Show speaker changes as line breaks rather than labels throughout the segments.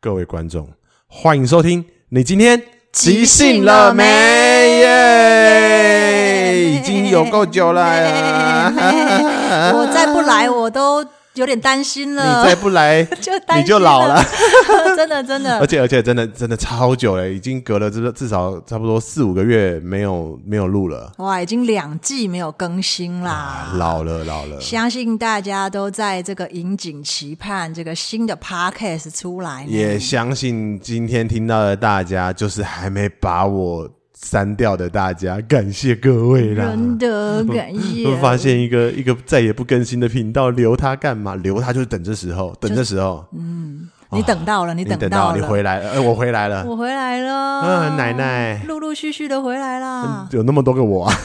各位观众，欢迎收听。你今天即兴
兴
了
了
没？
没
耶！
耶
已经有够久了呀！
我再不来，我都有点担心
你
了。
再不 来，
就担心
你就老了
了， 真的真的
而，且而且真的真的超久了，已经隔了至至少差不多四五个月没有没有录了，
哇，已经两季没有更新啦。
老了老了。
相信大家都在这个引颈期盼这个新的 podcast 出来呢。
也相信今天听到的大家，就是还没把我删掉的大家，感谢各位啦！
真的感
我
谢，
发现一个一个再也不更新的频道，留它干嘛？留它就是等这时候，等这时候，
你等到了，你
你
等
到
了，
你回来了，哎、我回来了，
我回来了，
嗯奶奶
陆陆续续的回来啦，
有那么多个我、 啊，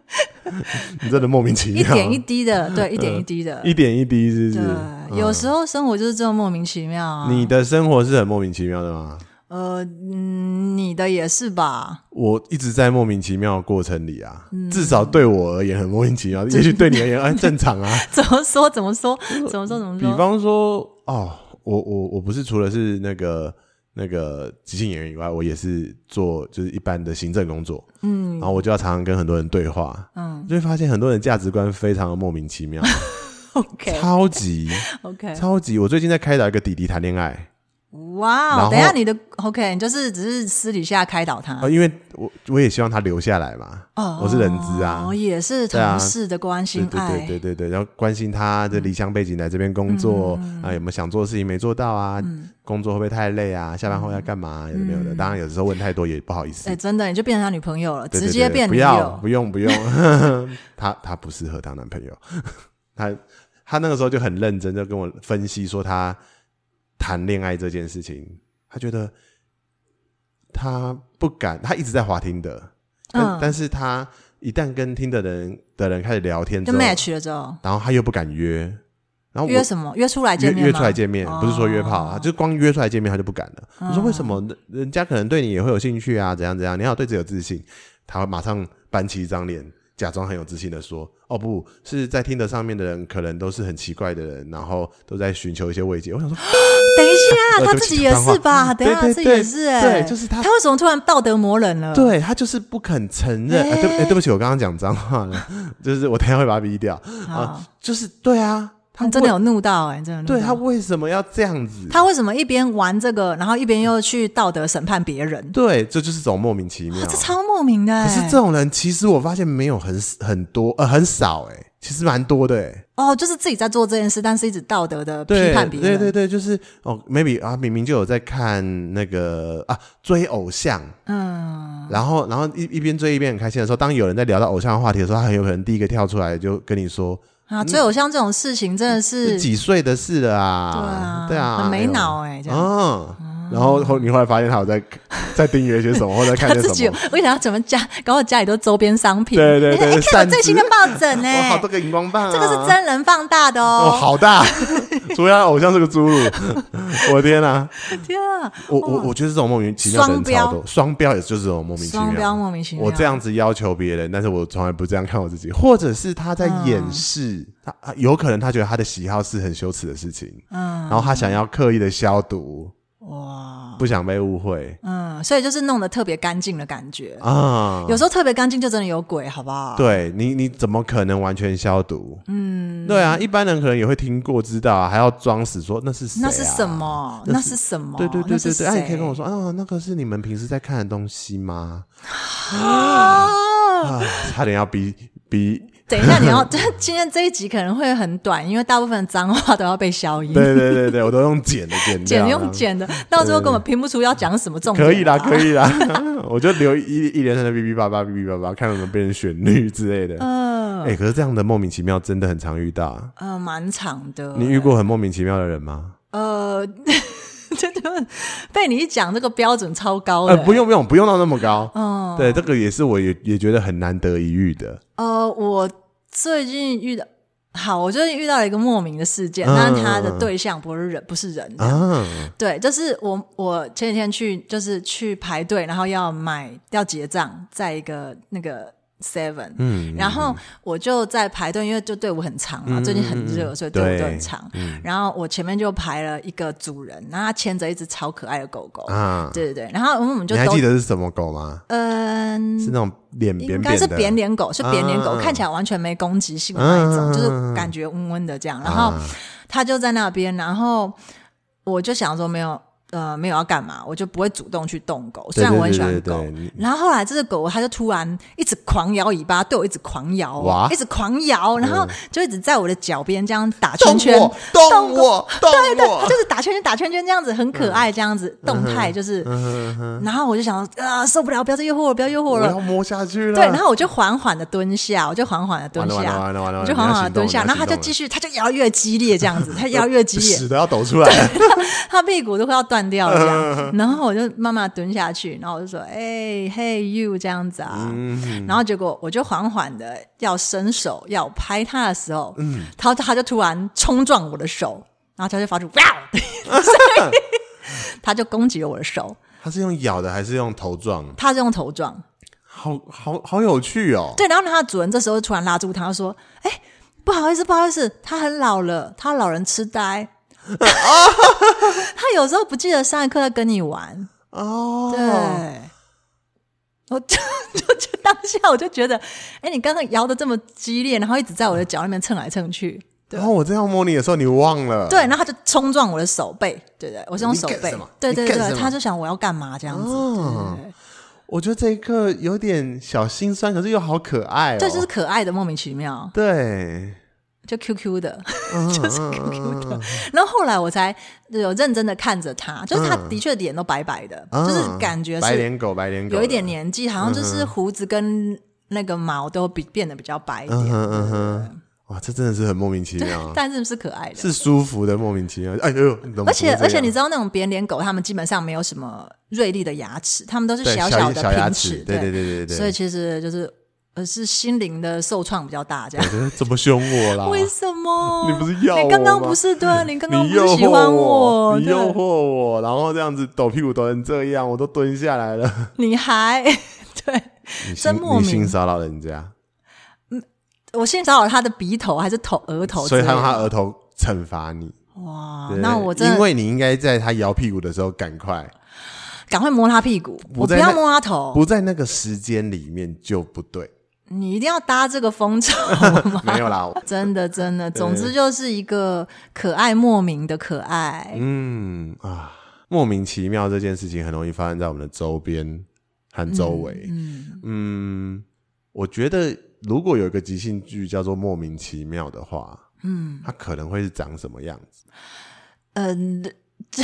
你真的莫名其
一
妙，
点一 滴的，对，一点一滴的，
啊嗯一点一滴，是不是？
对，有时候生活就是这么莫名其妙啊。
你的生活是很莫名其妙的吗？
呃，嗯，你的也是吧？
我一直在莫名其妙的过程里啊，
嗯
至少对我而言很莫名其妙，也许对你而言哎正常啊。
怎么说？怎么说？怎么说？怎么
比
说？
方说，哦，我我我不是除了是那个那个即兴演员以外，我也是做就是一般的行政工作，嗯，然后我就要常常跟很多人对话，嗯，就会发现很多人价值观非常的莫名 其妙，
OK
超 级
OK，
超级。我最近在开导一个弟弟谈恋爱，
哇
然
哦！
后
等一下你的 OK，你就是只是私底下开导他
啊，。因为我我也希望他留下来嘛，
哦
我是人资啊
哦，。也是
对啊
同事的关
对啊
心
对对
爱，
对对对，然后关心他的离乡背景来这边工作、
嗯
啊，有没有想做的事情没做到啊？工作会不会太累啊？下班后要干嘛、
嗯
有的没有的？当然有时候问太多也不好意思
哎，，真的，你就变成他女朋友了，
对
直
对
接
对
变
不
女
要，
友
不。用 不用，他他不适合当男朋友， 他他那个时候就很认真，就跟我分析说他谈恋爱这件事情，他觉得他不敢，他一直在滑听的，但、
嗯
但是他一旦跟听的人的人开始聊天之
就
后，
match 了之后，
然后他又不敢约，然后我
约什么？约出来
约
见面吗
约出来见面，不是说约炮啊，
哦
就是光约出来见面他就不敢了。我说为什么？
嗯
人人家可能对你也会有兴趣啊，怎样怎样，你要对自己有自信。他会马上板起一张脸，假装很有自信的说：“哦，不是在听得上面的人，可能都是很奇怪的人，然后都在寻求一些慰藉。”我想说，
啊等一
呃
下，他
对不
自
起
己也
脏话
是吧？等一下，
对对
他自己
对
也是哎，
对，就是他，
他为什么突然道德魔人了？
对他就是不肯承认。哎，对，哎，对不起，我刚刚讲脏话了，就是我等一下会把它逼掉。啊
好，
就是对啊，他
你真的
为
有怒到哎，真的有怒
对
到
他为什么要这样子？
他为什么一边玩这个，然后一边又去道德审判别人？
对，这就是种莫名其妙。
哇，这超莫名的、欸。
可是这种人，其实我发现没有很很多，呃，很少哎、其实蛮多的哎、
哦，就是自己在做这件事，但是一直道德的批
对
判别
对
人。
对对，就是哦，maybe 啊，明明就有在看那个啊追偶像，嗯，然后然后一一边追一边很开心的时候，当有人在聊到偶像的话题的时候，他很有可能第一个跳出来就跟你说，
啊，追偶像这种事情真的是，
几岁的事了
对
啊
啊，，
对啊，
很
哎
没
呦
脑哎、这样。
嗯。然后后你后来发现他有在在订阅些什么，或者在
他
看些
自己
什
有
么，，
我想要怎么家，搞我家里都周边商品。
对对
哎
对
哎看
扇
我
子
最新的抱 枕呢、
哇，好多个荧光棒啊！
哎这个是真人放大的
哦，
哦。
好大！除非他偶像是个侏儒，我天啊！
天啊，
我我我觉得这种莫名其妙的人超多，双标也就是这种莫名其
双标
妙。
莫名其妙。
我这样子要求别人，但是我从来不这样看我自己，或者是他在掩
嗯
饰，他他有可能他觉得他的喜好是很羞耻的事情，嗯，然后他想要刻意的消毒，
哇，
不想被误会
嗯，所以就是弄得特别干净的感觉。
啊。
有时候特别干净就真的有鬼，好不好？
对你，你怎么可能完全消毒？嗯，对啊，一般人可能也会听过知道啊，还要装死说那是谁啊
那是什么？
那
那
是
是什么？
对对对
那
对
是
对，啊，你
谁
可以跟我说啊，那个是你们平时在看的东西吗？
啊！
啊，差点要逼逼，
等一下，你要 今天这一集可能会很短，因为大部分脏话都要被消音，
对对对对，我都用剪的剪掉
剪
了，
用剪啊的，到最后根本拼不出要讲什么重点。
啊可以啦，可以啦， 我就留一一连串的哔哔叭叭哔哔叭叭，看有没有变成旋律之类的。
嗯
哎，可是这样的莫名其妙真的很常遇到啊。
呃，蛮长的。
你遇过很莫名其妙的人吗？
呃，这就被你一讲，这个标准超高
呃，
的。
不用不用，不用到那么高。
嗯
哦， 对，这个也是我也也觉得很难得一遇的。
呃，我最近遇到。好，我最近遇到了一个莫名的事件，
嗯
但是他的对象不是人，不是人，
啊，
对，就是我我前几天去就是去排队，然后要买要结账，在一个那个 Seven，
嗯
然后我就在排队，因为就队伍很长嘛，最近
嗯
很热，所以队伍都很长。然后我前面就排了一个主人，然后他牵着一只超可爱的狗狗，
啊，
对对对。然后嗯我们就
你还
都
记得是什么狗吗？
嗯。
是那种脸扁扁
应
的，
该是扁脸狗，是扁脸狗，
啊
看起来完全没攻击性的那一种，
啊
就是感觉温温的这样。然后
啊
他就在那边，然后我就想说没有呃没有要干嘛，我就不会主动去动狗，虽
对
然
对
我很喜欢
对
狗。
对对
然后后来这只狗它就突然一直狂摇尾巴，对我一直狂摇哦，
哇嗯
一直狂摇，然后就一直在我的脚边这样打圈圈，
动
动
我，动
对对，
我，
就是打圈圈打圈圈这样子，很可爱，这样子动
嗯
态就是。然后我就想说啊，受不了，不要再诱惑我，不要诱惑我
我
了
要。摸下去了。
对，然后我就缓缓的蹲下，我就缓缓的蹲
嗯完了完
下，
了完了完了
我就缓缓的蹲下，
你
然
要
后他
行动了
就继续，他就摇得越激烈这样 子，他摇得越激烈，
屎都要抖出来了。
他屁股都快要断掉了这
嗯
样。然后我就慢慢地蹲下去，然后我就说：“哎、嘿 you 这样子啊。
嗯
然后结果我就缓缓的要伸手要拍他的时候，
嗯
他他就突然冲撞我的手，然后他就发出哇 哦 的声音，他就攻击了我的手，
它是用咬的还是用头撞？
他是用头撞。
好好好有趣哦！
对，然后他的主人这时候突然拉住他说：“哎、不好意思，不好意思，他很老了，他老人痴呆。 他有时候不记得上一课在跟你玩。
哦，
对，我就 就就当下我就觉得，哎、你刚刚摇的这么激烈，然后一直在我的脚那边蹭来蹭去。
然后我这样摸你的时候，你忘了。
对，然后他就冲撞我的手背，对对，我是用
嗯你
手
干
背
什么，
对
你
对
干
对，
什么
他就想我要干嘛这样子，
哦
对对对
我觉得这一刻有点小心酸，可是又好可爱哦。
这就是可爱的莫名其妙，
对，嗯
就 QQ 的，
就是 QQ 的。
然后后来我才有认真的看着他，就是他的确脸都白白的，
嗯
就是感觉
白
是
脸嗯狗，白脸狗，
有一点。年纪，好像就是胡子跟那个毛都比变得比较白一点，
嗯哼嗯哼，哇，这真的是很莫名其妙，
但是是可爱的。
是舒服的莫名其妙。哎呦，你怎么
而且
不会这样
而且你知道那种扁脸狗，它们基本上没有什么锐利的牙齿，它们都是
对小
小
小
的
牙
平
齿，
齿，
对对对对对，
所以其实就是呃是心灵的受创比较大这样
我。觉得 怎么凶我啦？
为什么？
你不是要
你刚刚
我吗
不是对啊？你刚刚
你
不
诱
是喜
惑
欢
我，你
对
诱惑我，然后这样子抖屁股抖成这样，我都蹲下来了。
你还 对。
你
真
性
莫
你
名
性骚扰人家，
我先找找他的鼻头还是头额头之
所
类
以
的，
他用他额头惩罚你。
哇
对，
那我真
因
的
为你应该在他摇屁股的时候赶快，
赶快摸他屁股，
不
我不
在
要
那
摸他头，
不在那个时间里面就不 对。
你一定要搭这个风潮 吗？
没有啦，
真的真的，总之就是一个可爱莫名的可爱，
嗯啊，莫名其妙这件事情很容易发生在我们的周边和周围。
嗯，
嗯，我觉得如果有一个即兴剧叫做《莫名其妙》的话，嗯，它可能会是长什么样子？
嗯，这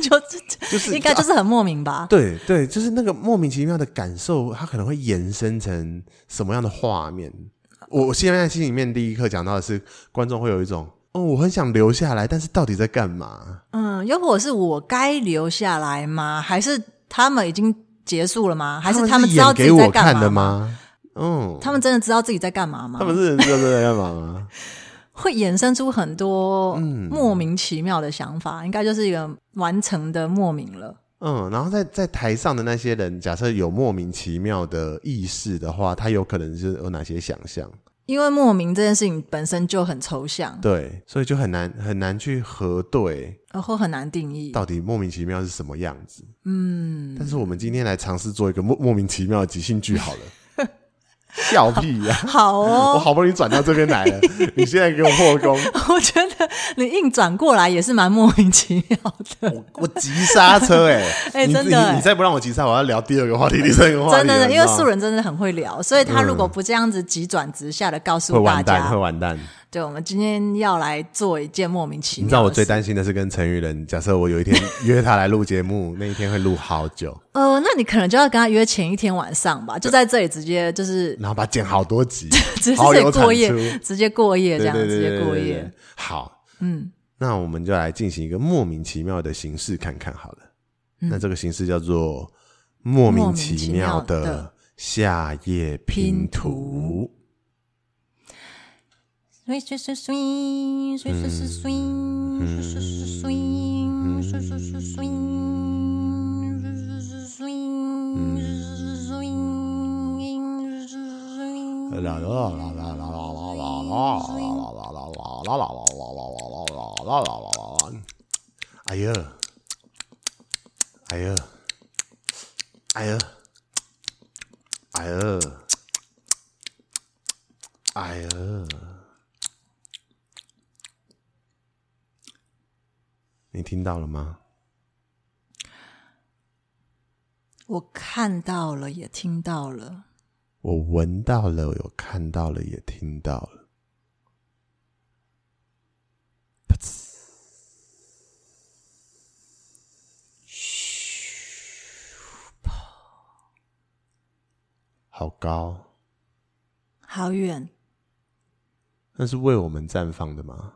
就这
就是啊
应该就是很莫名吧。
对对，就是那个莫名其妙的感受，它可能会延伸成什么样的画面？我我现在心里面第一刻讲到的是，观众会有一种。哦，我很想留下来，但是到底在干嘛？
嗯，又或者是我该留下来吗？还是他们已经结束了吗？还是
他
们
们
知道
演
自己
给
在
我
干
看
嘛
的？吗？嗯，
他们真的知道自己在干嘛吗？
他们 是真的在干嘛吗？
会衍生出很多莫名其妙的想法，应该就是一个完成的莫名了。
嗯，然后在在台上的那些人，假设有莫名其妙的意识的话，他有可能是有哪些想象？
因为莫名这件事情本身就很抽象，
对，所以就很难很难去核对
然后很难定义。
到底莫名其妙是什么样子。
嗯，
但是我们今天来尝试做一个莫莫名其妙的即兴剧好了，笑屁呀、
好
我
哦，
好不容易转到这边来了，你现在给我破功，
我觉得你硬转过来也是蛮莫名其妙的。
我我急刹车哎、
哎
你
真
你
的哎
你再不让我急刹，我要聊第二个话题，第三个话题了，
真的，
你
因为
知道吗
素人真的很会聊，所以他如果不这样子急转直下的告
嗯会
诉大
完蛋，会
家，
完蛋。
对我们今天要来做一件莫名其
你知道
妙
我
的事。
最担心的是跟陈宇仁，假设我有一天约他来录节目，那一天会录好 久，
呃，那你可能就要跟他约前一天晚上吧，就在这里直接就是，
然后把它剪好多集
直
好有
接
产
过
出，
夜，直接过夜
对
这
对对
样，直
对
接过
对对
夜
对。好，
嗯，
那我们就来进行一个莫名其妙的形式看看好了。
嗯
那这个形式叫做莫名其妙
莫名其妙的
的夏夜拼图。
睡睡睡睡睡睡睡睡睡睡睡睡睡睡睡睡睡睡睡睡睡睡睡
啦啦啦啦啦啦啦啦啦啦啦啦啦啦啦啦啦啦啦！哎呀，哎呀，哎呀，哎呀，哎呀！你听到了吗？
我看到了，也听到了。
我闻到了，有看到了，也听到了。噗呲嘘啪好高，
好远，
那是为我们绽放的吗？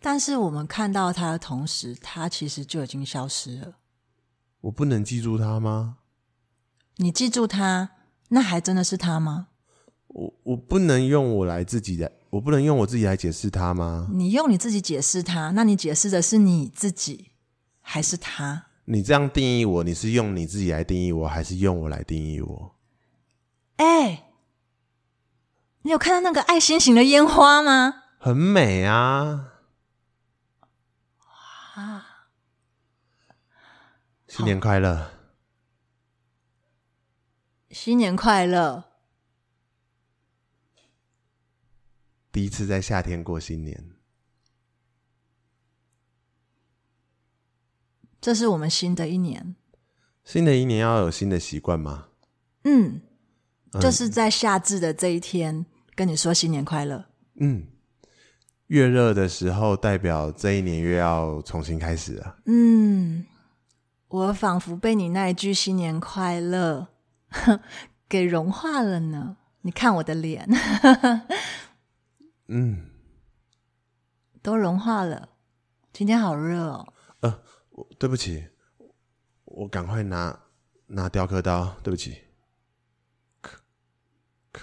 但是我们看到它的同时，它其实就已经消失了。
我不能记住它吗？
你记住它，那还真的是它吗？
我我不能用我来自己来，我不能用我自己来解释它吗？
你用你自己解释它，那你解释的是你自己还是它？
你这样定义我，你是用你自己来定义我，还是用我来定义我？
哎、你有看到那个爱心型的烟花吗？
很美啊！
啊
新年快乐！
新年快乐！
第一次在夏天过新年，
这是我们新的一年。
新的一年要有新的习惯吗？
嗯，
哎
就是在夏至的这一天跟你说新年快乐。
嗯，越热的时候代表这一年越要重新开始啊。
嗯，我仿佛被你那一句“新年快乐” 给融化了呢。你看我的脸
嗯，
都融化了，今天好热哦。
我对不起，我赶快拿拿雕刻刀，对不起。咳咳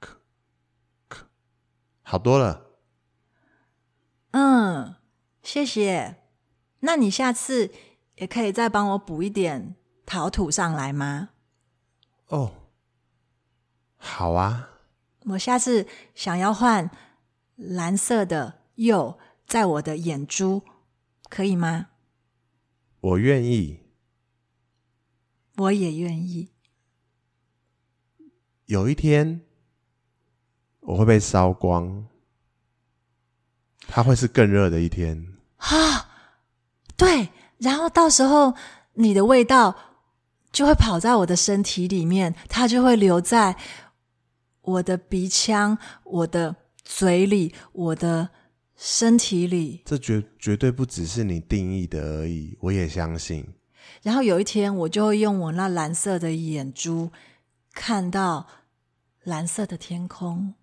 咳咳好多了，
嗯，谢谢。那你下次也可以再帮我补一点陶土上来吗？
哦，好啊，
我下次想要换蓝色的釉在我的眼珠，可以吗？
我愿意。
我也愿意。
有一天我会被烧光，它会是更热的一天。
啊对，然后到时候你的味道就会跑在我的身体里面，它就会留在我的鼻腔、我的嘴里、我的身体里。
这绝绝对不只是你定义的而已，我也相信。
然后有一天，我就会用我那蓝色的眼珠看到蓝色的天空。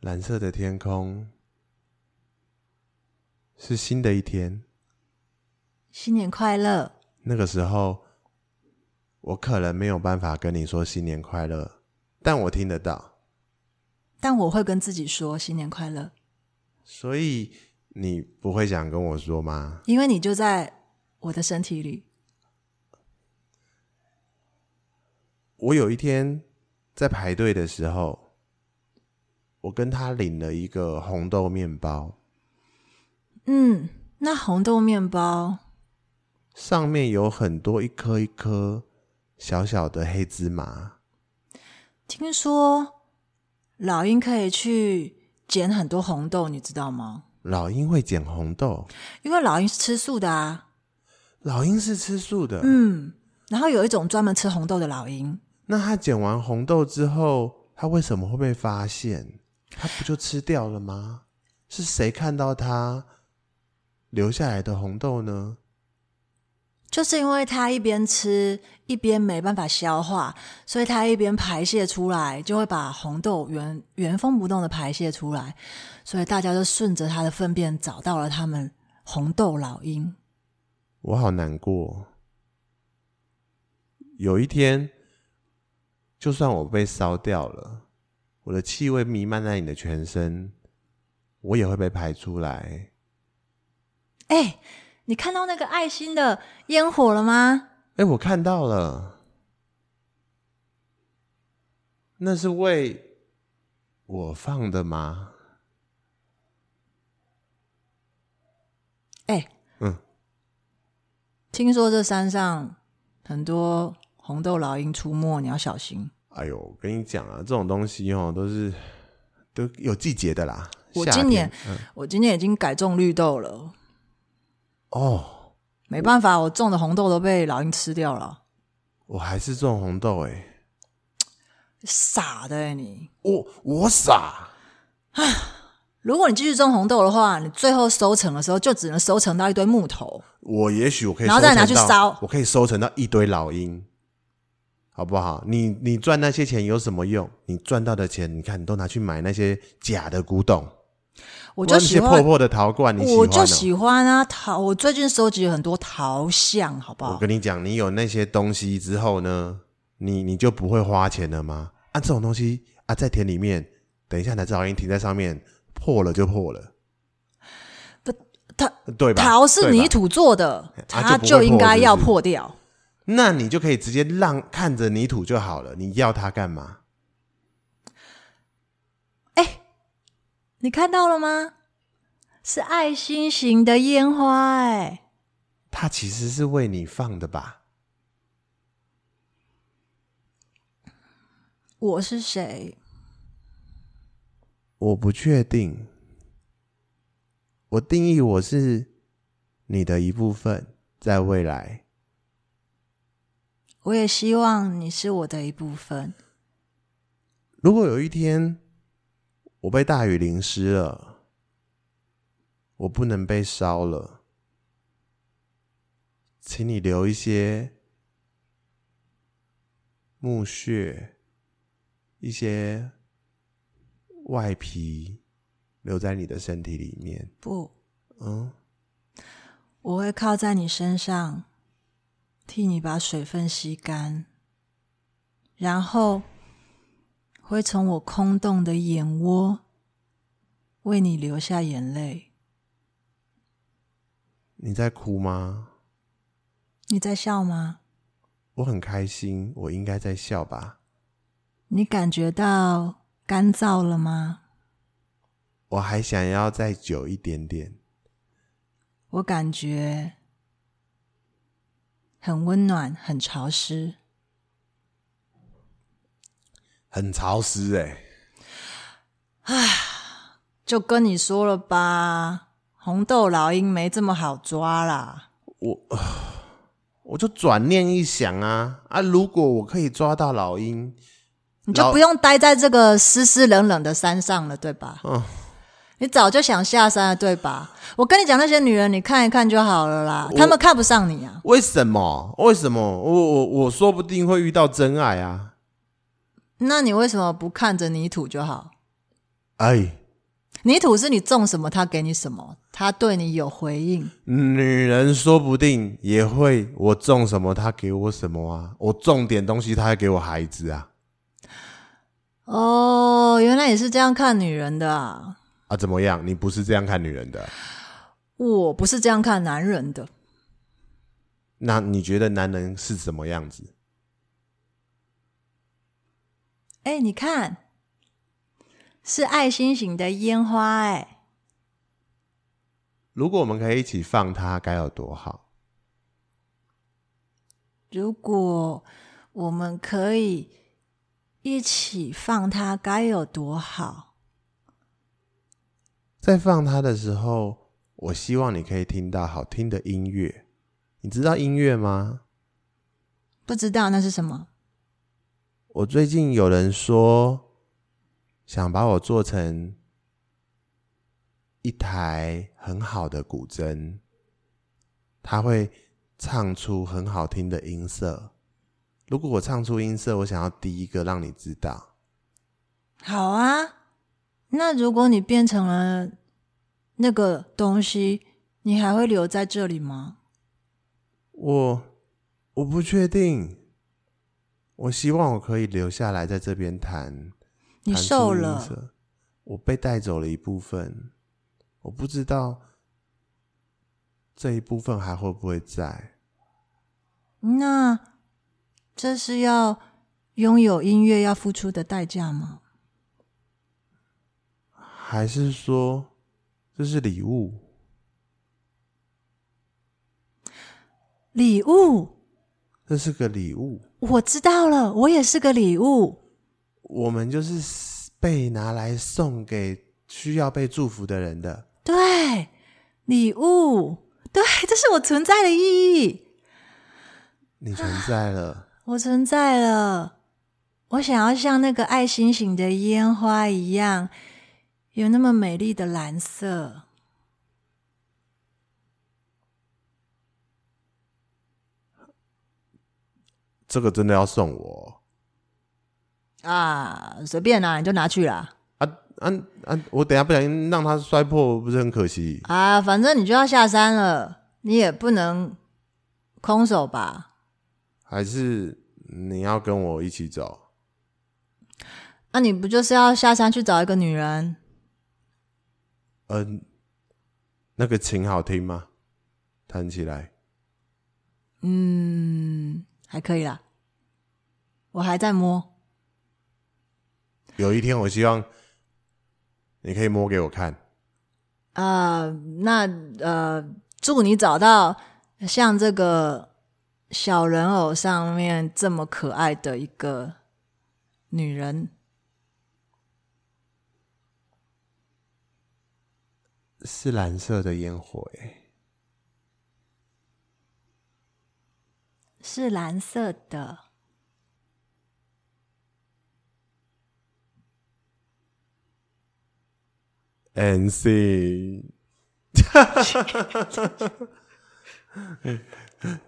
蓝色的天空是新的一天，
新年快乐！
那个时候我可能没有办法跟你说新年快乐，但我听得到，
但我会跟自己说新年快乐，
所以你不会想跟我说吗？
因为你就在我的身体里。
我有一天在排队的时候，我跟他领了一个红豆面包，
嗯，那红豆面包
上面有很多一颗一颗小小的黑芝麻。
听说老鹰可以去捡很多红豆，你知道吗？
老鹰会捡红豆，
因为老鹰是吃素的啊。
老鹰是吃素的。
嗯，然后有一种专门吃红豆的老鹰，
那他捡完红豆之后，他为什么会被发现？他不就吃掉了吗？是谁看到他留下来的红豆呢？
就是因为它一边吃一边没办法消化，所以它一边排泄出来，就会把红豆原原封不动的排泄出来，所以大家就顺着它的粪便找到了他们红豆老鹰。
我好难过。有一天，就算我被烧掉了，我的气味弥漫在你的全身，我也会被排出来。
哎、你看到那个爱心的烟火了吗？
哎，我看到了，那是为我放的吗？
哎，
嗯，
听说这山上很多红豆老鹰出没，你要小心。
哎呦，我跟你讲啊，这种东西哦，都是都有季节的啦。
我
夏
今
天
年、我今年已经改种绿豆了，
哦，
没办法，我种的红豆都被老鹰吃掉了，
我还是种红豆哎、
傻的、欸、你！
我我傻，
如果你继续种红豆的话，你最后收成的时候就只能收成到一堆木头。
我也许我可以，
然后再拿去烧
我可以收成到一堆老鹰，好不好？你你赚那些钱有什么用？你赚到的钱，你看你都拿去买那些假的古董，
我
我
就
那
喜
些
欢，
破破的陶罐，你喜
我
欢、哦？
就喜欢啊陶。我最近收集了很多陶像，好不
我
好？
跟你讲，你有那些东西之后呢，你你就不会花钱了吗？啊，这种东西啊，在田里面，等一下拿老鹰停在上面，破了就破了，
陶
对吧？
陶是
对吧
泥土做的，
啊
它
就不会
就应该要
破是不是
破掉。
那你就可以直接让看着泥土就好了，你要它干嘛？
哎你看到了吗？是爱心型的烟花、哎，
它其实是为你放的吧？
我是谁？
我不确定，我定义我是你的一部分，在未来，
我也希望你是我的一部分。
如果有一天我被大雨淋湿了，我不能被烧了，请你留一些木屑，一些外皮留在你的身体里面，
不，
嗯。
我会靠在你身上，替你把水分吸干，然后会从我空洞的眼窝为你流下眼泪。
你在哭吗？
你在笑吗？
我很开心，我应该在笑吧？
你感觉到干燥了吗？
我还想要再久一点点。
我感觉很温暖，很潮湿。
很潮湿哎、
就跟你说了吧，红豆老鹰没这么好抓啦。
我就转念一想啊啊！如果我可以抓到老鹰，
你就
老
不用待在这个湿湿冷冷的山上了，对吧？
嗯
你早就想下山了，对吧？我跟你讲，那些女人，你看一看就好了啦，她们看不上你啊。
为什么？为什么？我我我说不定会遇到真爱啊！
那你为什么不看着泥土就好？
哎，
泥土是你种什么，它给你什么，它对你有回应。
女人说不定也会，我种什么她给我什么啊！我种点东西，她还给我孩子啊
哦，原来你是这样看女人的啊！
啊！怎么样？你不是这样看女人的？
我不是这样看男人的，
那你觉得男人是什么样子？
哎，你看，是爱心型的烟花、哎，
如果我们可以一起放它，该有多好！
如果我们可以一起放它，该有多好！
在放它的时候，我希望你可以听到好听的音乐。你知道音乐吗？
不知道那是什么？
我最近有人说，想把我做成一台很好的古筝，它会唱出很好听的音色。如果我唱出音色，我想要第一个让你知道。
好啊，那如果你变成了那个东西，你还会留在这里吗？
我我不确定，我希望我可以留下来在这边弹。
你
弹出
瘦
音
了，
色，我被带走了一部分，我不知道这一部分还会不会在。
那这是要拥有音乐要付出的代价吗？
还是说这是礼物？
礼物，
这是个礼物，
我知道了，我也是个礼物。
我们就是被拿来送给需要被祝福的人的。
对，礼物，对， 这是我存在的意义。
你存在了，
我存在了，我想要像那个爱心型的烟花一样，有那么美丽的蓝色。
这个真的要送我哦
啊，随便啦、你就拿去啦。
啊啊啊！我等一下不小心让它摔破，不是很可惜？
啊，反正你就要下山了，你也不能空手吧？
还是你要跟我一起走？
那、啊你不就是要下山去找一个女人？
嗯、那个琴好听吗？弹起来，
嗯，还可以啦，我还在摸。
有一天我希望你可以摸给我看。
啊，那呃，祝你找到像这个小人偶上面这么可爱的一个女人。
是蓝色的烟火欸耶，
是蓝色的。
and sing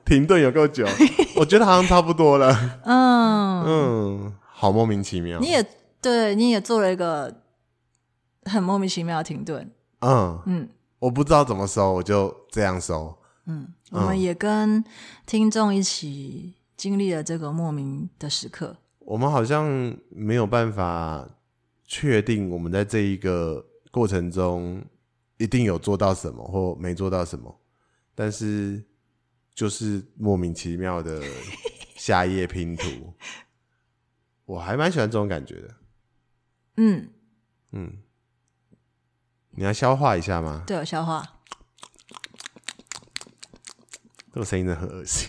停顿有够久，我觉得好像差不多了。
嗯，
嗯，好莫名其妙。
你也对，你也做了一个很莫名其妙的停顿。
嗯
嗯，
我不知道怎么收，我就这样收。
我们也跟听众一起经历了这个莫名的时刻。
我们好像没有办法确定我们在这一个过程中一定有做到什么或没做到什么，但是就是莫名其妙的下页拼图，我还蛮喜欢这种感觉的。
嗯，
嗯，你要消化一下吗？
对，消化。
这个声音真的很恶 心。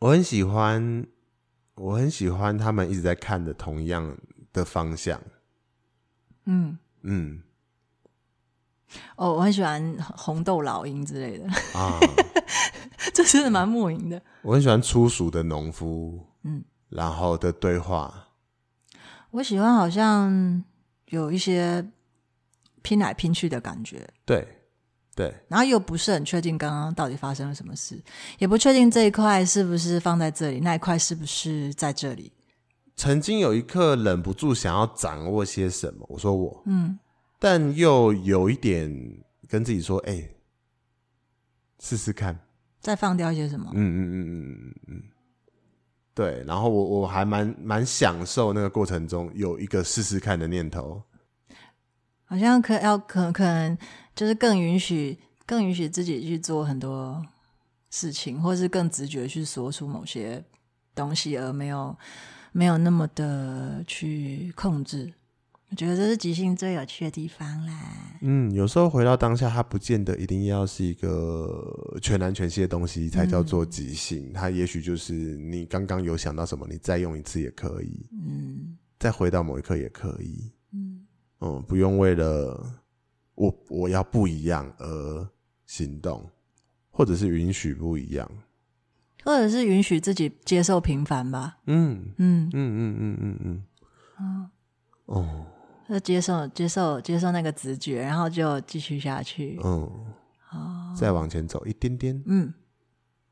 我很喜欢，我很喜欢他们一直在看的同样的方向。
嗯，
嗯
哦，我很喜欢红豆老鹰之类的，
啊，
这真的蛮莫名的。
我很喜欢粗俗的农夫，
嗯，
然后的对话，
我喜欢好像有一些拼来拼去的感觉，
对对，
然后又不是很确定刚刚到底发生了什么事，也不确定这一块是不是放在这里，那一块是不是在这里。
曾经有一刻忍不住想要掌握些什么，我说我，
嗯，
但又有一点跟自己说，哎、试试看，
再放掉一些什么
嗯嗯嗯？嗯嗯嗯嗯，对。然后我我还蛮蛮享受那个过程中有一个试试看的念头，
好像可要可可能就是更允许更允许自己去做很多事情，或是更直觉去说出某些东西，而没有没有那么的去控制。我觉得这是即兴最有趣的地方啦。
嗯，有时候回到当下，它不见得一定要是一个全然全息的东西才叫做即兴，它也许就是你刚刚有想到什么，你再用一次也可以，
嗯
再回到某一刻也可以，
嗯
嗯，不用为了我我要不一样而行动，或者是允许不一样，
或者是允许自己接受平凡吧。
嗯嗯，
嗯
嗯嗯嗯嗯，哦。
就接受接受接受那个直觉，然后就继续下去。
嗯，
哦，
再往前走一点点，
嗯，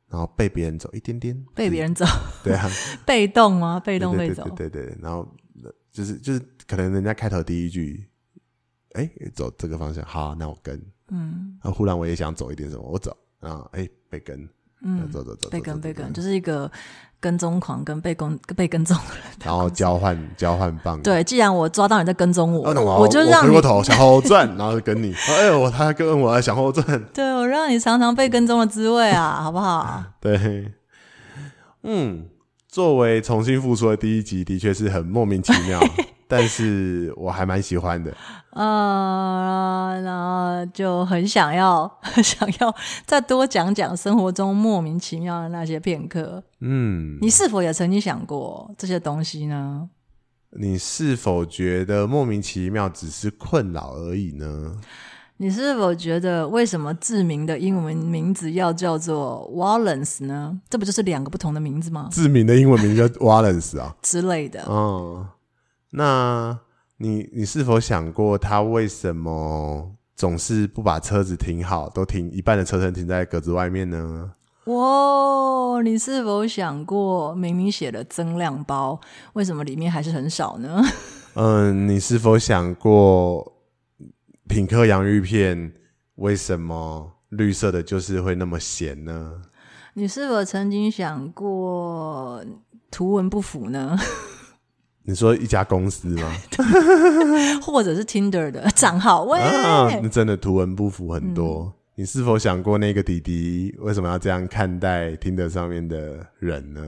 然后被别人走一点点，
被别人走，
对啊，
被动吗？被
对
动
对对
被走。
对对对，然后呃就是就是可能人家开头第一句，哎，走这个方向，好，那我跟，
嗯。
然后忽然我也想走一点什么，我走，然后哎被跟，
嗯
然后走走走，
被
走
跟
走
被
走
跟，就是一个跟踪狂跟被跟 被跟踪的人。
然后交 换交换棒，，
对，既然我抓到你在跟踪我，
哦，那我
就让
回
你
过头想后转，然后就跟你，哦哎，我他跟我想后转，
对我让你尝尝被跟踪的滋味啊，好不好？
对，嗯，作为重新复出的第一集，的确是很莫名其妙，但是我还蛮喜欢的。
呃，然后就很想要 想要再多讲讲生活中莫名其妙的那些片刻。
嗯，
你是否也曾经想过这些东西呢？
你是否觉得莫名其妙只是困扰而已呢？
你是否觉得为什么志明的英文名字要叫做 Wallace 呢？这不就是两个不同的名字吗？
志明的英文名叫 Wallace 啊。
之类的。
哦，那你你是否想过他为什么总是不把车子停好，都停一半的车程停在格子外面呢？
哇，你是否想过，明明写了增量包，为什么里面还是很少呢？
嗯，你是否想过品客洋芋片为什么绿色的就是会那么咸呢？
你是否曾经想过图文不符呢？
你说一家公司吗？
或者是 Tinder 的账号？喂，
啊，那真的图文不符很多。你是否想过那个弟弟为什么要这样看待听的上面的人呢？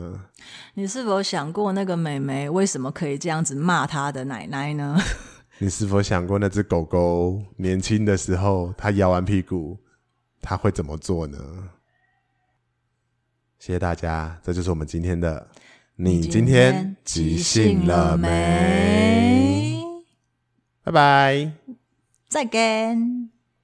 你是否想过那个美眉为什么可以这样子骂她的奶奶呢？
你是否想过那只狗狗年轻的时候，它摇完屁股，它会怎么做呢？谢谢大家，这就是我们今天的。你今天即兴了没？？拜拜。
再见。